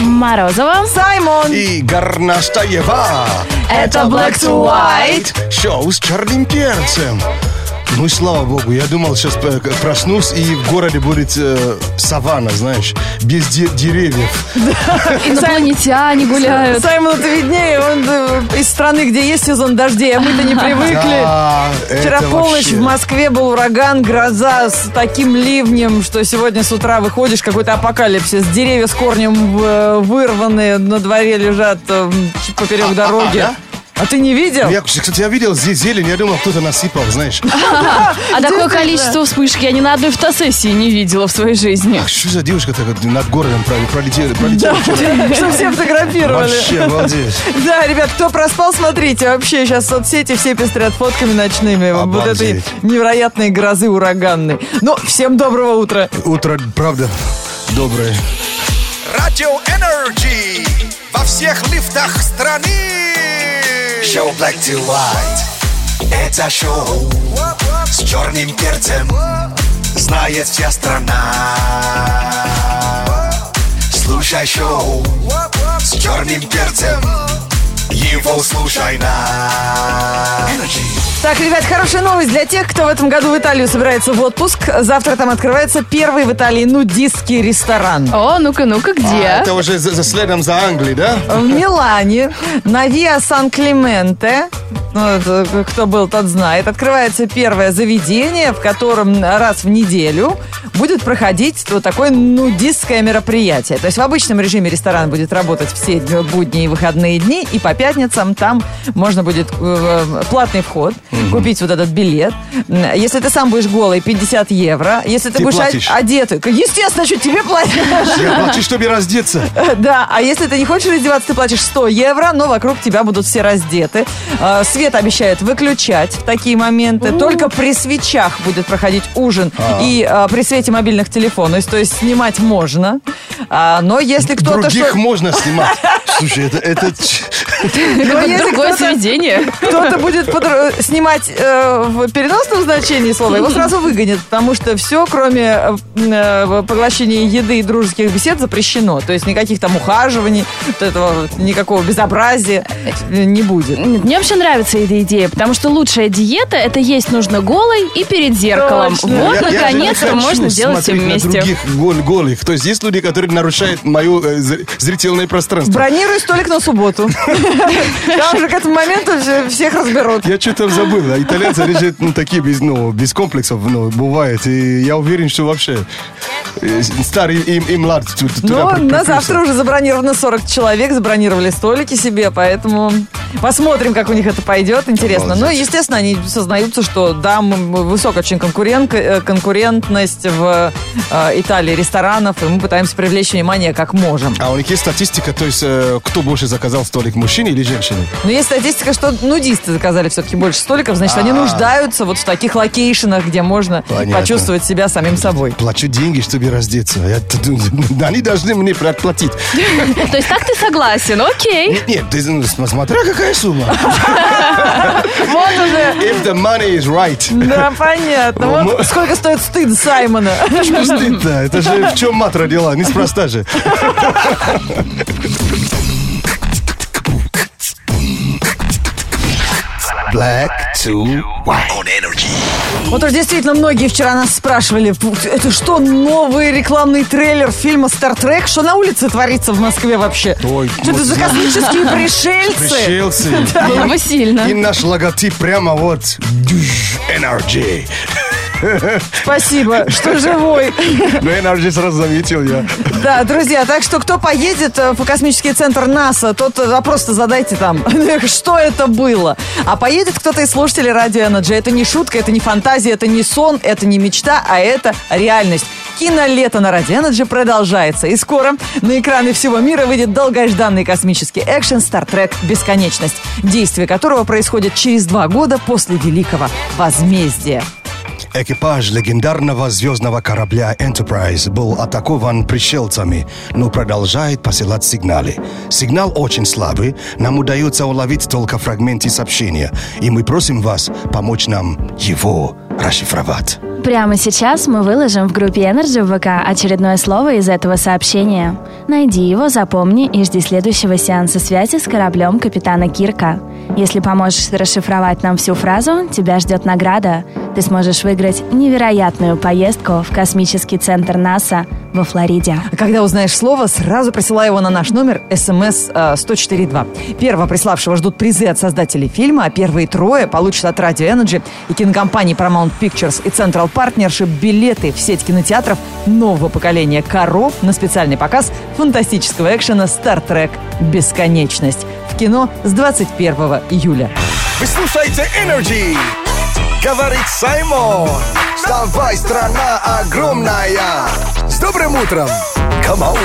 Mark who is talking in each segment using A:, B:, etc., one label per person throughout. A: Морозова.
B: Саймон.
C: И Горнастаева.
A: Это А Black to White.
C: Шоу с черным перцем. Ну и слава богу, я думал, сейчас э, к- проснусь, и в городе будет э, саванна, знаешь, без де- деревьев.
A: Инопланетяне гуляют.
B: Саймону ты виднее, он э, из страны, где есть сезон дождей, а мы-то не привыкли.
C: Да,
B: Вчера
C: А, это
B: в полночь
C: вообще.
B: в Москве был ураган, гроза с таким ливнем, что сегодня с утра выходишь, какой-то апокалипсис. Деревья с корнем э, вырваны, на дворе лежат э, ч- поперек дороги.
C: а,
B: А ты не видел?
C: Ну, Я, кстати, я видел здесь зелень, я думал, кто-то насыпал, знаешь.
A: А такое количество вспышек я ни на одной фотосессии не видела в своей жизни.
C: Что за девушка так вот над городом про- пролетела? пролетела вчера?
B: Что все фотографировали.
C: Вообще, обалдеть.
B: Да, ребят, кто проспал, смотрите. Вообще сейчас соцсети все пестрят фотками ночными. Вот этой
C: Обалдеть.
B: невероятной грозы ураганной. Ну, всем доброго утра.
C: Утро, правда, доброе.
D: Радио Энерджи во всех лифтах страны. Шоу Black to White. Это шоу с черным перцем. Знает вся страна. Слушай шоу с черным перцем. Его слушай на Energy.
B: Так, ребят, хорошая новость для тех, кто в этом году в Италию собирается в отпуск. Завтра там открывается первый в Италии нудистский ресторан.
A: О, ну-ка, ну-ка, где?
C: Это уже за, за следом за Англией, да?
B: В Милане на Виа Сан-Клименте, ну, это кто был, тот знает, открывается первое заведение, в котором раз в неделю будет проходить вот такое нудистское мероприятие. То есть в обычном режиме ресторан будет работать все дни- будние и выходные дни, и по пятницам там можно будет э, платный вход, купить вот этот билет. М, Если ты сам будешь голый, 50 евро. Если ты,
C: Ты
B: будешь о-
C: платишь?
B: одетый, естественно, что тебе платят.
C: Я плачу, чтобы раздеться.
B: Да, а если ты не хочешь раздеваться, ты платишь 100 евро, но вокруг тебя будут все раздеты. Э, Свет обещает выключать в такие моменты. Только при свечах будет проходить ужин и э, при свете мобильных телефонов. То есть снимать можно. А, Но если кто-то...
C: Других
B: что-
C: можно снимать. Слушай, это... это ч-
B: но
A: Какое-то
B: если
A: другое
B: кто-то-
A: заведение.
B: кто-то будет подр- снимать э, в переносном значении слова, его сразу выгонят, потому что все, кроме э, э, поглощения еды и дружеских бесед, запрещено. То есть никаких там ухаживаний, вот этого вот никакого безобразия э, не будет.
A: Нет, мне вообще нравится эта идея, потому что лучшая диета это есть нужно голой и перед зеркалом.
B: Точно.
A: Вот,
C: Я- я же не
A: наконец-то,
C: хочу
A: можно делать все
C: смотреть на
A: вместе.
C: других гол- голых. То есть есть люди, которые нарушают мое э, зр- зрительное пространство.
B: Бронируй столик на субботу. Там уже к этому моменту все- всех разберут.
C: Я что-то там забыл. А итальянцы, они же ну, такие без, ну, без комплексов ну, бывает. И я уверен, что вообще э, старый и, и млад ту- ту- туда
B: Но
C: при-
B: на
C: приплелся.
B: завтра уже забронировано 40 человек, забронировали столики себе, поэтому посмотрим, как у них это пойдет, интересно. Ну,
C: Обалдеть.
B: естественно, они сознаются, что да, м- м- высока очень конкурент, э, конкурентность в э, Италии ресторанов, и мы пытаемся привлечь внимание как можем.
C: А у них есть статистика, то есть э, кто больше заказал столик, мужчине или женщине?
B: Но есть статистика, что нудисты заказали все-таки больше столиков, значит, они нуждаются вот в таких локейшенах, где можно
C: А. Понятно.
B: почувствовать себя самим собой.
C: Плачу деньги, чтобы раздеться. Я т- т- они должны мне отплатить.
A: То есть так ты согласен, окей.
C: Нет, ты ну, см- смотря какая сумма.
B: Вот уже.
C: If the money is right.
B: Да, понятно. Вот
C: Ну, Мы-
B: сколько стоит стыд Саймона.
C: Что стыдно? Это же в чем мат родила, неспроста же.
D: Black to White on Energy.
B: Вот уж действительно многие вчера нас спрашивали, «Фу, это что, новый рекламный трейлер фильма «Стартрек»? Что на улице творится в Москве вообще?
C: Ой,
B: что это
C: вот
B: за
C: я-
B: космические пришельцы?
C: Пришелцы.
A: Было бы сильно.
C: И наш логотип прямо вот. Дюж, Energy.
B: Спасибо, что живой.
C: Но Energy Ну, сразу заметил я.
B: Да, друзья, так что кто поедет э, в космический центр НАСА, тот э, вопрос-то задайте там, что это было. А поедет кто-то из слушателей Радио Energy. Это не шутка, это не фантазия, это не сон, это не мечта, а это реальность. Кинолето на Радио Energy продолжается. И скоро на экраны всего мира выйдет долгожданный космический экшен «Стартрек. Бесконечность», действие которого происходит через два года после Великого Возмездия.
C: Экипаж легендарного звездного корабля Enterprise был атакован пришельцами, но продолжает посылать сигналы. Сигнал очень слабый, нам удается уловить только фрагменты сообщения, и мы просим вас помочь нам его расшифровать.
E: Прямо сейчас мы выложим в группе Energy в ВК очередное слово из этого сообщения. Найди его, запомни и жди следующего сеанса связи с кораблем капитана Кирка. Если поможешь расшифровать нам всю фразу, тебя ждет награда. Ты сможешь выиграть невероятную поездку в космический центр НАСА во Флориде.
B: А Когда узнаешь слово, сразу присылай его на наш номер СМС э, 104.2. Первого приславшего ждут призы от создателей фильма, а первые трое получат от Radio Energy и кинокомпании Paramount Pictures и Central Partnership билеты в сеть кинотеатров нового поколения «Коров» на специальный показ фантастического экшена «Star Trek. Бесконечность» в кино с 21 июля.
D: Вы слушаете Energy. Говорит Саймон. Вставай, страна огромная. С добрым утром. Камаун.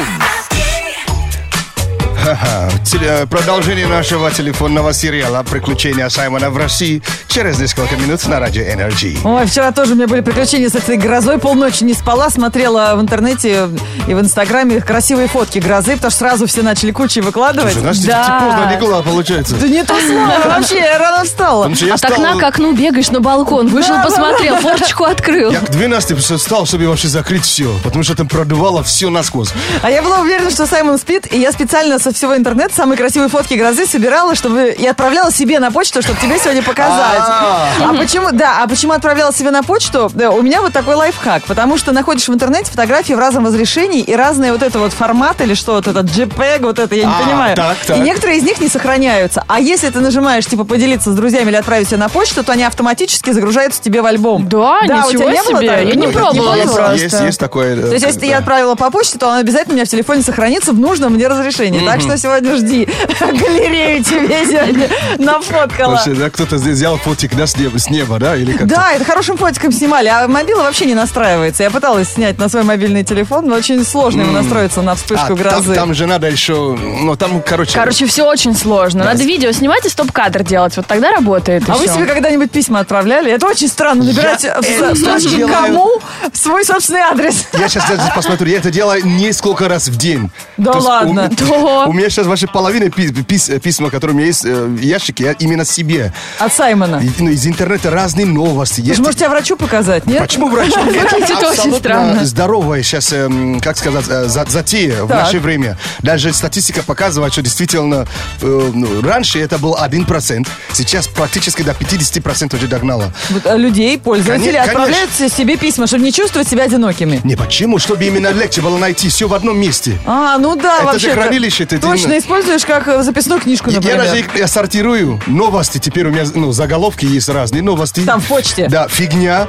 C: Ха-ха. А, Теле- Продолжение нашего телефонного сериала «Приключения Саймона в России» через несколько минут на Радио Энерджи.
B: Ой, вчера тоже у меня были приключения с этой грозой. Полночи не спала, смотрела в интернете и в Инстаграме красивые фотки грозы, потому что сразу все начали кучей выкладывать.
C: У нас
A: Да.
C: поздно легла, получается.
B: Да не то слово, вообще, я рано встала.
C: Потому что я
A: От
C: встал-
A: окна к окну бегаешь А на балкон. Вышел, посмотрел, форточку открыл.
C: Я к 12 просто встал, чтобы вообще закрыть все, потому что там продувало все насквозь.
B: А я была уверена, что Саймон спит, и я специально со всего интернета самые красивые фотки грозы собирала, чтобы и отправляла себе на почту, чтобы тебе сегодня показать. А почему, да, а почему отправляла себе на почту? Да, у меня вот такой лайфхак, потому что находишь в интернете фотографии в разном разрешении и разные вот это вот формат или что вот этот JPEG, вот это я не
C: А,
B: понимаю.
C: так, так.
B: И некоторые из них не сохраняются. А если ты нажимаешь типа поделиться с друзьями или отправить себе на почту, то они автоматически загружаются тебе в альбом.
A: Да,
B: у
A: ничего
B: тебя не было
A: себе.
B: так?
A: Я не
B: Ну,
A: пробовала
B: пользовалась.
A: просто.
C: Есть, есть такое. э,
B: То есть, если
C: да.
B: я отправила по почте, то она обязательно у меня в телефоне сохранится в нужном мне разрешении. Так что сегодня жди. Галерею тебе сегодня нафоткала.
C: Вообще, да, кто-то здесь взял фотик да, с, неба, с неба, да, или как-то.
B: Да, это хорошим фотиком снимали, а мобила вообще не настраивается. Я пыталась снять на свой мобильный телефон, но очень сложно ему настроиться на
C: А, там-
B: вспышку грозы.
C: Там, же надо еще, ну там, короче,
A: Короче, все очень сложно. Надо видео снимать и стоп-кадр делать. Вот тогда работает.
B: А вы
A: ещё.
B: себе когда-нибо письма отправляли? Это очень странно, набирать в
C: это
B: строчке
C: делаю.
B: кому свой собственный адрес.
C: я сейчас даже посмотрю, я это делаю несколько раз в день.
B: Да
C: есть
B: ладно?
C: У,
A: Да.
C: у меня сейчас вообще половина пи- пис- э, письма, которые у меня есть э, в ящике, я именно себе.
B: От Саймона.
C: И- ну, из интернета разные новости.
B: Ты
C: Есть-
B: же можешь тебя врачу показать, нет?
C: Почему врачу?
A: Выглядит очень
C: абсолютно
A: странно.
C: здоровая сейчас, эм, как сказать, э, за- затея в
B: Так.
C: наше время. Даже статистика показывает, что действительно э, ну, раньше это был 1%, сейчас практически до 50% уже догнала.
B: Вот, а, людей, пользователей
C: Конечно,
B: отправляют себе письма, чтобы не чувствовать себя одинокими.
C: Не почему, чтобы именно легче было найти все в одном месте.
B: А, ну да,
C: Это же
B: вообще.
C: хранилище, ты- ты-
B: Точно используешь как э, записную книжку,
C: Я-
B: например.
C: Я даже их я сортирую. Новости теперь у меня, ну, заголовки есть разные. Новости.
B: Там в почте.
C: Да, фигня.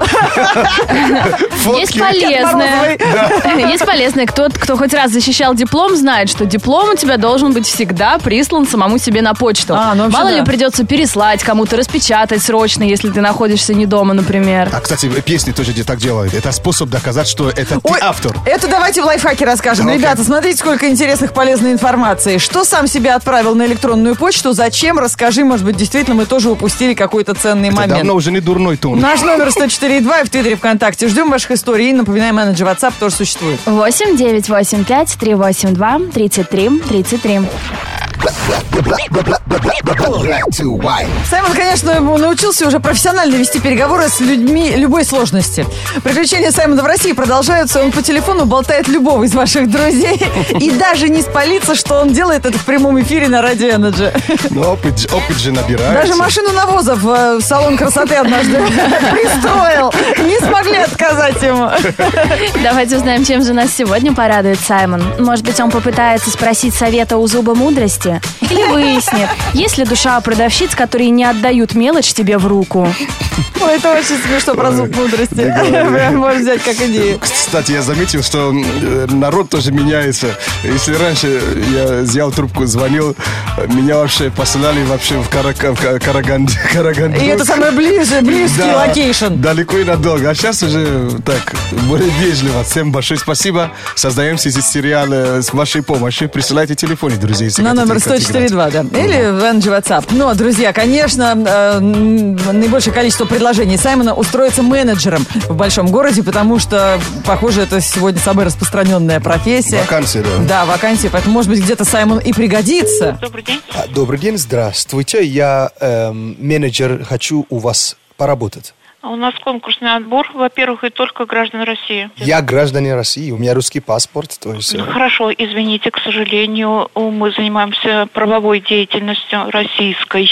A: Есть
C: Фотки.
A: полезное. Есть полезное. Кто, кто хоть раз защищал диплом, знает, что диплом у тебя должен быть всегда прислан самому себе на почту.
B: А, ну вообще
A: Мало
B: да.
A: ли придется переслать кому-то, распечатать срочно, если ты находишься не дома, например.
C: А, кстати, песни тоже где так делают. Это способ доказать, что это ты
B: Ой,
C: автор.
B: Это давайте в лайфхаке расскажем.
C: Окей.
B: Ребята, смотрите, сколько интересных, полезной информации. Что сам себя отправил на электронную почту, зачем, расскажи. Может быть, действительно, мы тоже упустили какой-то ценный
C: Это
B: момент.
C: давно уже не дурной тон.
B: Наш номер 104.2 и в Твиттере ВКонтакте. Ждем ваших историй. И напоминаем, менеджер WhatsApp тоже существует.
E: 8 985 382 33 33.
D: Black to white.
B: Саймон, конечно, ему научился уже профессионально вести переговоры с людьми любой сложности. Приключения Саймона в России продолжаются. Он по телефону болтает любого из ваших друзей и даже не спалится, что он делает это в прямом эфире на Радио Энерджи.
C: Ну, опыт, же- опыт же набирается.
B: Даже машину навозов э, в салон красоты однажды пристроил. Не смогли отказать ему.
E: Давайте узнаем, чем же нас сегодня порадует Саймон. Может быть, он попытается спросить совета у зуба мудрости? Или выяснит, есть ли душа у продавщиц, которые не отдают мелочь тебе в руку?
B: Ой, Это очень смешно про зуб мудрости. Прям можно взять как идею.
C: Кстати, я заметил, что м, э, народ тоже меняется. Если раньше я взял трубку, звонил, э, меня вообще посылали вообще в, Карака- в Ка- Караганд- Карагандос.
B: И это самое ближе, близкий
C: Да,
B: локейшн.
C: Далеко и надолго. А сейчас уже так, более вежливо. Всем большое спасибо. Создаемся здесь сериал э, с вашей помощью. Присылайте телефоны, друзья. если
B: На
C: хотите
B: номер
C: играть, играть.
B: 104.2, да. Или в NG WhatsApp. Но, друзья, конечно, э, м, наибольшее количество предложений Саймона устроиться менеджером в большом городе, потому что, похоже, это сегодня самая распространенная профессия.
C: Вакансия, да.
B: Да, вакансия. Поэтому, может быть, где-то Саймон и пригодится.
F: Добрый день.
G: Добрый день, здравствуйте. Я эм, менеджер, хочу у вас поработать.
F: А У нас конкурсный отбор, во-первых, и только граждан России.
C: Я гражданин России, у меня русский паспорт, то есть... э,
F: Хорошо, извините, к сожалению, мы занимаемся правовой деятельностью российской,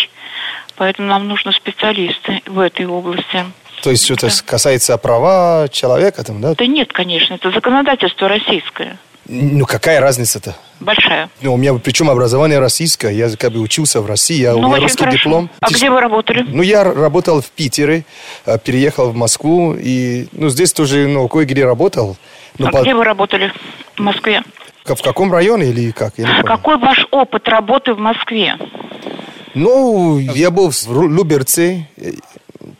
F: поэтому нам нужны специалисты в этой области.
C: То есть что-то с- касается права человека там, да?
F: Да нет, конечно, это законодательство российское,
C: Ну какая разница-то?
F: большая.
C: Ну, у меня причем образование российское, я как бы учился в России, я, у
F: ну,
C: меня
F: очень
C: русский
F: хорошо.
C: диплом.
F: А
C: Тиш-
F: где вы работали?
C: Ну, я р- работал в Питере, э, переехал в Москву, и, ну, здесь тоже, ну, кое-где работал. Ну,
F: а
C: по-
F: где вы работали в Москве? А
C: к- В каком районе или как? Я не понял.
F: Какой ваш опыт работы в Москве?
C: Ну, я был в Ру- Люберце, э,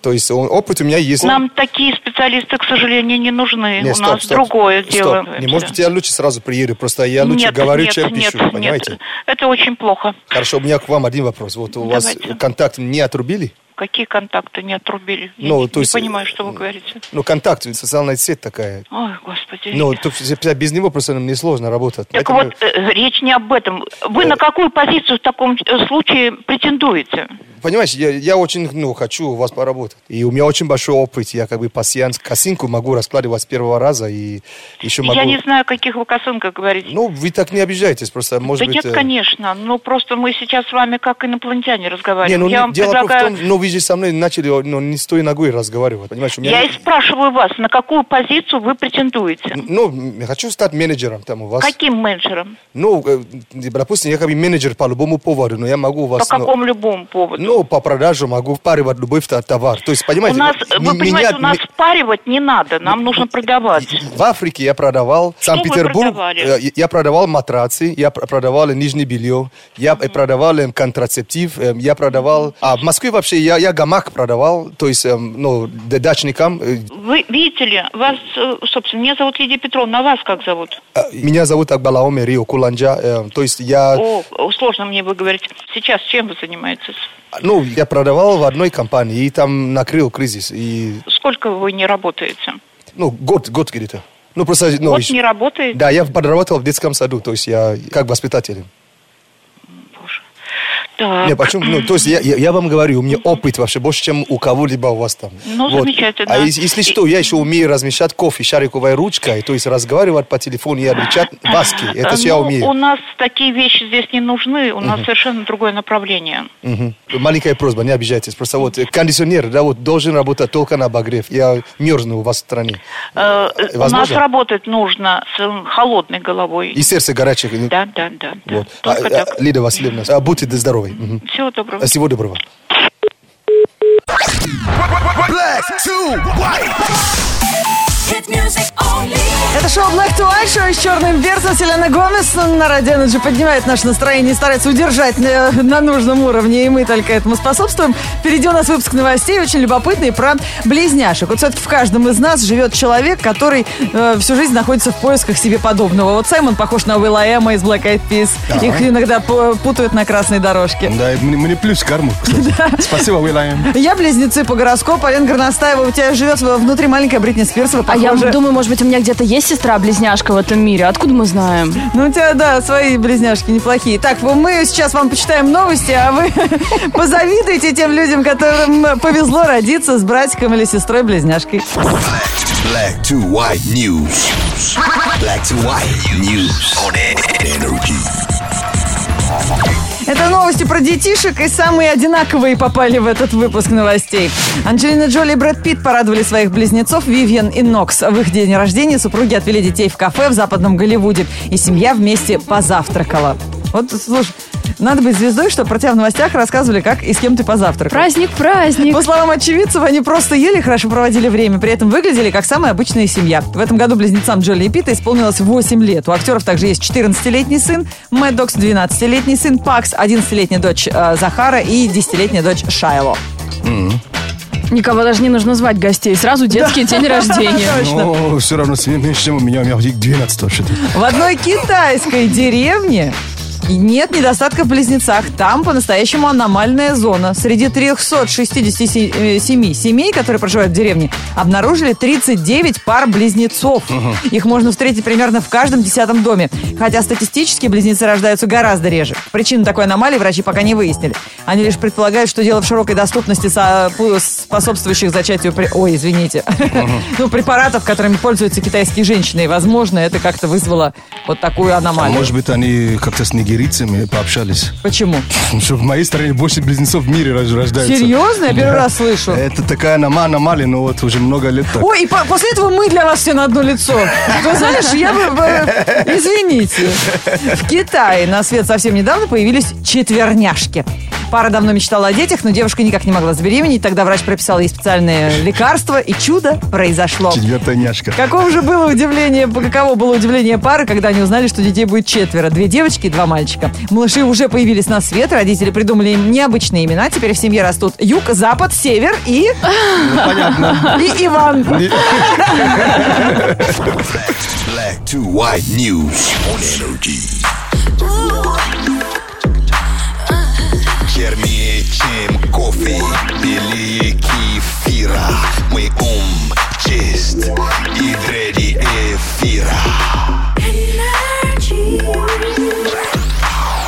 C: то есть он- опыт у меня есть.
F: Нам такие специалисты, к сожалению, не нужны.
C: Не,
F: У
C: стоп,
F: нас
C: стоп,
F: другое
C: стоп.
F: дело.
C: Не, может быть, я лучше сразу приеду, просто я лучше
F: нет,
C: говорю,
F: нет,
C: чем
F: нет,
C: пишу,
F: нет.
C: понимаете?
F: Это очень плохо.
C: Хорошо, у меня к вам один вопрос. Вот у
F: Давайте.
C: вас контакт не отрубили?
F: Какие контакты не отрубили? Я
C: Ну,
F: не,
C: то есть-
F: не понимаю, что вы говорите.
C: Ну, контакт, социальная сеть такая.
F: Ой, господи.
C: Ну, то есть без него просто нам сложно работать.
F: так
C: Поэтому- Э.
F: вот, э, речь не об этом. Вы на какую позицию в таком э, случае претендуете?
C: Понимаешь, я, я очень ну, хочу у вас поработать. И у меня очень большой опыт. Я как бы пассианс, косинку могу раскладывать с первого раза и еще могу...
F: Я не знаю, о каких вы косынках говорите.
C: Ну, вы так не обижаетесь, просто, может
F: да
C: быть...
F: нет,
C: э,
F: конечно. Ну, просто мы сейчас с вами как инопланетяне
C: Не,
F: разговариваем.
C: ну,
F: я
C: не-
F: вам
C: дело
F: предлагаю...
C: в том, ну, вы же со мной начали ну, не с той ногой разговаривать, понимаешь? У меня...
F: Я и спрашиваю вас, на какую позицию вы претендуете?
C: Ну, м, хочу стать менеджером там у вас.
F: Каким менеджером?
C: Ну, э, допустим, я как бы менеджер по любому поводу, но я могу у вас...
F: По
C: ну,
F: какому любому поводу?
C: Ну, по продажу могу впаривать любой та- товар. То есть,
F: у
C: понимаете... ну,
F: нас,
C: м-
F: вы понимаете,
C: меня-
F: у нас впаривать не надо,
C: Ну,
F: нам нужно продавать.
C: В Африке я продавал,
F: Что вы
C: Санкт-Петербург,
F: продавали?
C: э, я продавал матрацы, я пр- продавал нижнее белье, я э, продавал э, контрацептив, э, я продавал... А в Москве вообще я, я гамак продавал, то есть, э, ну, д- дачникам. э,
F: Вы видите ли, вас, э, собственно, меня зовут Лидия Петровна, а вас как зовут?
C: э, Меня зовут Акбалаоме Рио Куланджа, э, то есть я...
F: О, о, сложно мне выговорить. Сейчас чем вы занимаетесь?
C: Ну, я продавал в одной компании, и там накрыл кризис, и,
F: Сколько вы не работаете?
C: ну, год, год где-то. Ну, просто... ну,
F: Вот
C: еще-
F: не работаете?
C: Да, я подработал в детском саду, то есть я как воспитатель.
F: Боже. Так.
C: Не, почему? Ну, то есть я, я- я вам говорю, у меня опыт вообще больше, чем у кого-либо у вас там.
F: Ну, замечательно.
C: А ес- если, что, я еще умею размещать кофе шариковой ручкой, то есть разговаривать по телефону и отвечать баски. Это все я
F: Ну, У
C: умею.
F: нас такие вещи здесь не нужны, у нас совершенно другое направление.
C: Мгм. Маленькая просьба, не обижайтесь. Просто вот э, кондиционер, да, вот должен работать только на обогрев. Я мерзну у вас в стране.
F: Э, У нас
C: возможно?
F: работать нужно с э, холодной головой.
C: И сердце горячее.
F: Да, да, да. да.
C: Вот. А,
F: Только
C: а,
F: так.
C: Лида Васильевна, а, будьте здоровы. Мгм.
F: Всего доброго.
C: А, Всего доброго. Black
B: Это шоу Black to White, шоу с черным перцем. Селена Гомес на Радио Energy поднимает наше настроение и старается удержать на, на нужном уровне. И мы только этому способствуем. Впереди у нас выпуск новостей, очень любопытный, про близняшек. Вот все-таки в каждом из нас живет человек, который э, всю жизнь находится в поисках себе подобного. Вот Саймон похож на Уилла Эма из Black Eyed Peas. Их иногда п- путают на красной дорожке.
H: Да, и мне, мне плюс карму. кстати. Спасибо, Уилайм.
B: Я близнецы по гороскопу. Ален Горностаева, у тебя живет внутри маленькая Бритни Спирс. Вы
A: А я
B: похожи.
A: думаю, может быть, у меня где-то есть сестра-близняшка в этом мире. Откуда мы знаем?
B: Ну, у тебя, да, свои близняшки неплохие. Так, вы- мы сейчас вам почитаем новости, а вы позавидуйте тем людям, которым повезло родиться с братиком или сестрой-близняшкой.
D: Black to white news. Black to white news on energy.
B: Это новости про детишек, и самые одинаковые попали в этот выпуск новостей. Анджелина Джоли и Брэд Питт порадовали своих близнецов Вивьен и Нокс. В их день рождения супруги отвели детей в кафе в западном Голливуде, и семья вместе позавтракала. Вот, слушай, надо быть звездой, чтобы про тебя в новостях рассказывали, как и с кем ты позавтракал.
A: Праздник, праздник.
B: По словам очевидцев, они просто ели и хорошо проводили время, при этом выглядели как самая обычная семья. В этом году близнецам Джоли и Питта исполнилось 8 лет. У актеров также есть 14-летний сын, Мэтт Докс 12-летний сын, Пакс 11-летняя дочь э, Захара и 10-летняя дочь Шайло.
A: Никого даже не нужно звать гостей. Сразу детский день рождения.
C: Ну,
H: Но все равно семья меньше, чем у меня. У меня 12 вообще-то.
B: В одной китайской деревне И нет недостатка в близнецах. Там по-настоящему аномальная зона. Среди 367 э, семей, которые проживают в деревне, обнаружили 39 пар близнецов. Их можно встретить примерно в каждом десятом доме. Хотя статистически близнецы рождаются гораздо реже. Причину такой аномалии врачи пока не выяснили. Они лишь предполагают, что дело в широкой доступности со- пу- способствующих зачатию... пре- Ой, извините. Ну, препаратов, которыми пользуются китайские женщины. И, возможно, это как-то вызвало вот такую
C: А
B: аномалию.
C: может быть, они как-то с нигерийцами пообщались.
B: Почему?
C: Что в моей стране больше близнецов в мире рож- рождается.
B: Серьезно? Я первый раз слышу.
C: Это такая аномалия, аномалия, но вот уже много лет так.
B: Ой, и по- после этого мы для вас все на одно лицо. Ты знаешь, я бы... бы- Извините. В Китае на свет совсем недавно появились четверняшки. Пара давно мечтала о детях, но девушка никак не могла забеременеть. Тогда врач прописал ей специальные лекарства, и чудо произошло.
C: Четвертая няшка.
B: Каково же было удивление, каково было удивление пары, когда они узнали, что детей будет четверо. Две девочки и два мальчика. Малыши уже появились на свет, родители придумали им необычные имена. Теперь в семье растут юг, запад, север и... И Иван.
G: Black to white news on energy. Чернее, чем кофе, белее кефира. Мы ум чист и дреди эфира.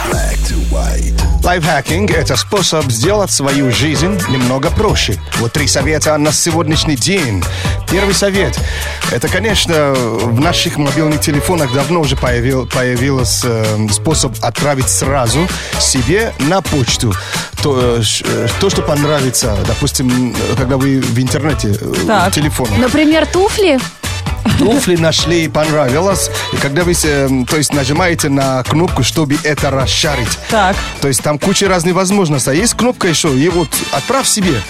G: Black to white.
C: Лайфхакинг – это способ сделать свою жизнь немного проще. Вот три совета на сегодняшний день. Первый совет – это, конечно, в наших мобильных телефонах давно уже появил, появился эм, способ отправить сразу себе на почту то, э, ш- э, то, что понравится, допустим, э, когда вы в интернете, э,
B: Так.
C: в телефоне.
E: Например, туфли.
C: туфли нашли и понравилось. И когда вы э, то есть нажимаете на кнопку, чтобы это расшарить.
B: Так.
C: То есть там куча разных возможностей. А Есть кнопка еще, и вот отправь себе.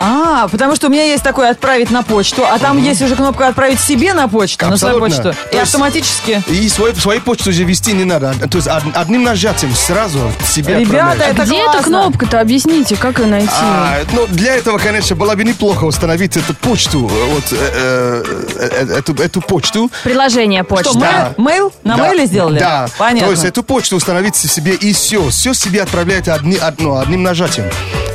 B: А, потому что у меня есть такое «Отправить на почту», а там есть уже кнопка «Отправить себе на почту», на свою
C: Абсолютно.
B: почту.
C: То
B: И
C: есть-
B: автоматически.
C: И свой, свою почту же вести не надо. То есть од- одним нажатием сразу себе
B: Ребята,
C: отправляешь.
B: это
A: Где
B: классно.
A: эта кнопка-то? Объясните, как ее найти?
C: А, ну, для этого, конечно, было бы неплохо установить эту почту, э, вот, э, э, э, эту, эту почту,
A: Приложение почты.
B: Что,
C: Да.
B: мэ- мейл? На
C: Да,
B: мейле сделали?
C: Да.
B: Понятно.
C: То есть эту почту установить себе и все. Все себе отправляете одни, одно, одним нажатием.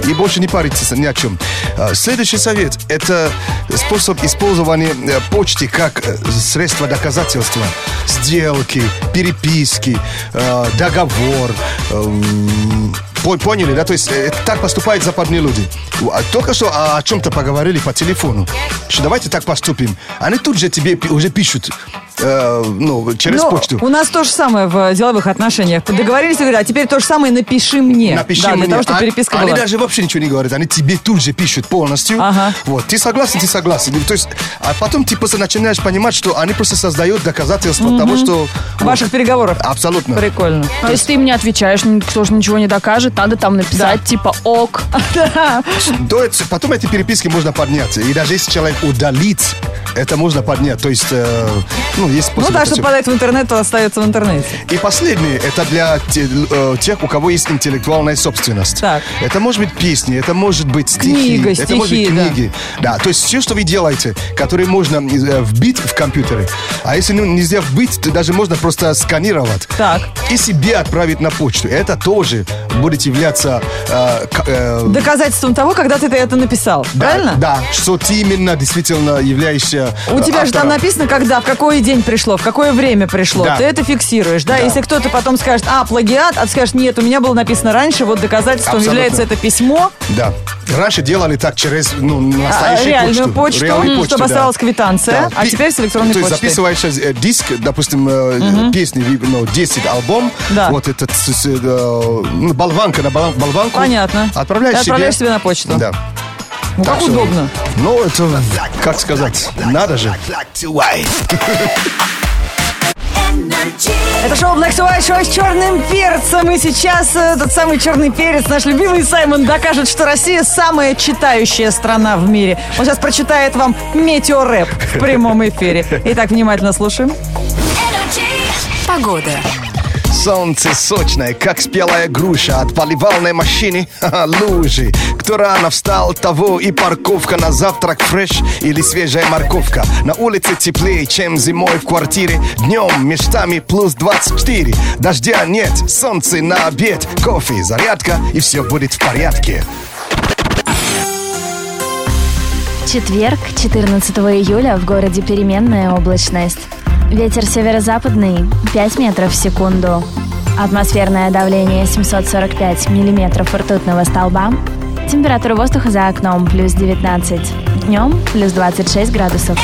C: И больше не паритесь ни о чем. А, Следующий совет – это способ использования э, почты как э, средство доказательства. Сделки, переписки, э, договор. эм, по- Поняли, да? То есть э, так поступают западные люди. А Только что о, о чем-то поговорили по телефону. Что давайте так поступим. Они тут же тебе пи- уже пишут. э, ну, через
B: Ну,
C: почту.
B: У нас то же самое в э, деловых отношениях. Договорились и говорят, а теперь то же самое напиши мне.
C: Напиши
B: да,
C: мне.
B: для того, чтобы
C: А-
B: переписка
C: они
B: была.
C: даже вообще ничего не говорят. Они тебе тут же пишут полностью.
B: Ага.
C: Вот, ты согласен, ты согласен. То есть, а потом ты просто начинаешь понимать, что они просто создают доказательства того, что...
B: Ваших переговоров.
C: Абсолютно.
B: Прикольно. Ну,
A: А если ты им не отвечаешь, никто же ничего не докажет, надо там написать, типа, ок.
C: То есть, потом эти переписки можно поднять. И даже если человек удалит, это можно поднять. То есть, э, ну, есть
B: Ну
C: способы
B: да,
C: этого.
B: что попадает в интернет, то остается в интернете.
C: И последнее, это для те- э, тех, у кого есть интеллектуальная собственность.
B: Так.
C: Это может быть песни, это может быть стихи.
B: Книга,
C: это может быть
B: стихи, да.
C: книги. Да. то есть все, что вы делаете, которые можно э, вбить в компьютере. А если ну, нельзя вбить, то даже можно просто сканировать.
B: Так.
C: И себе отправить на почту. Это тоже будет являться... э, к- э,
B: Доказательством того, когда ты это написал.
C: да,
B: Правильно?
C: Да, что ты именно действительно являешься
B: У
C: э,
B: тебя же там
C: автором.
B: написано, когда, в какой день пришло, в какое время пришло.
C: Да.
B: Ты это фиксируешь, да?
C: Да.
B: Если кто-то потом скажет, а, плагиат, а ты скажешь, нет, у меня было написано раньше, вот доказательством
C: Абсолютно.
B: является это письмо,
C: Да. Раньше делали так через ну, настоящую
B: а, реальную почту,
C: Реальную
B: м,
C: почту,
B: чтобы
C: да.
B: осталась квитанция,
C: Да.
B: а
C: Пи-
B: теперь с электронной
C: То есть
B: почтой.
C: записываешь э, диск, допустим, э, песни, ви- ну, 10 альбом,
B: Да.
C: вот этот с- с, э, ну, болванка на болван- болванку.
B: Понятно.
C: Отправляешь,
B: И отправляешь себе на почту.
C: Да.
B: Ну,
C: Так
B: как
C: что-
B: удобно.
C: Ну, это, как сказать, надо же.
G: Black to white.
B: Это шоу Black to White, шоу с черным перцем. И сейчас э, тот самый черный перец, наш любимый Саймон, докажет, что Россия самая читающая страна в мире. Он сейчас прочитает вам метеорэп в прямом эфире. Итак, внимательно слушаем.
I: Погода.
C: Солнце сочное, как спелая груша От поливалной машины ха-ха, лужи Кто рано встал, того и парковка На завтрак фреш или свежая морковка На улице теплее, чем зимой в квартире Днем мечтами плюс 24 Дождя нет, солнце на обед Кофе, зарядка и все будет в порядке
E: Четверг, 14 июля, в городе переменная облачность. Ветер северо-западный 5 метров в секунду. Атмосферное давление 745 миллиметров ртутного столба. Температура воздуха за окном плюс 19. Днем плюс 26 градусов.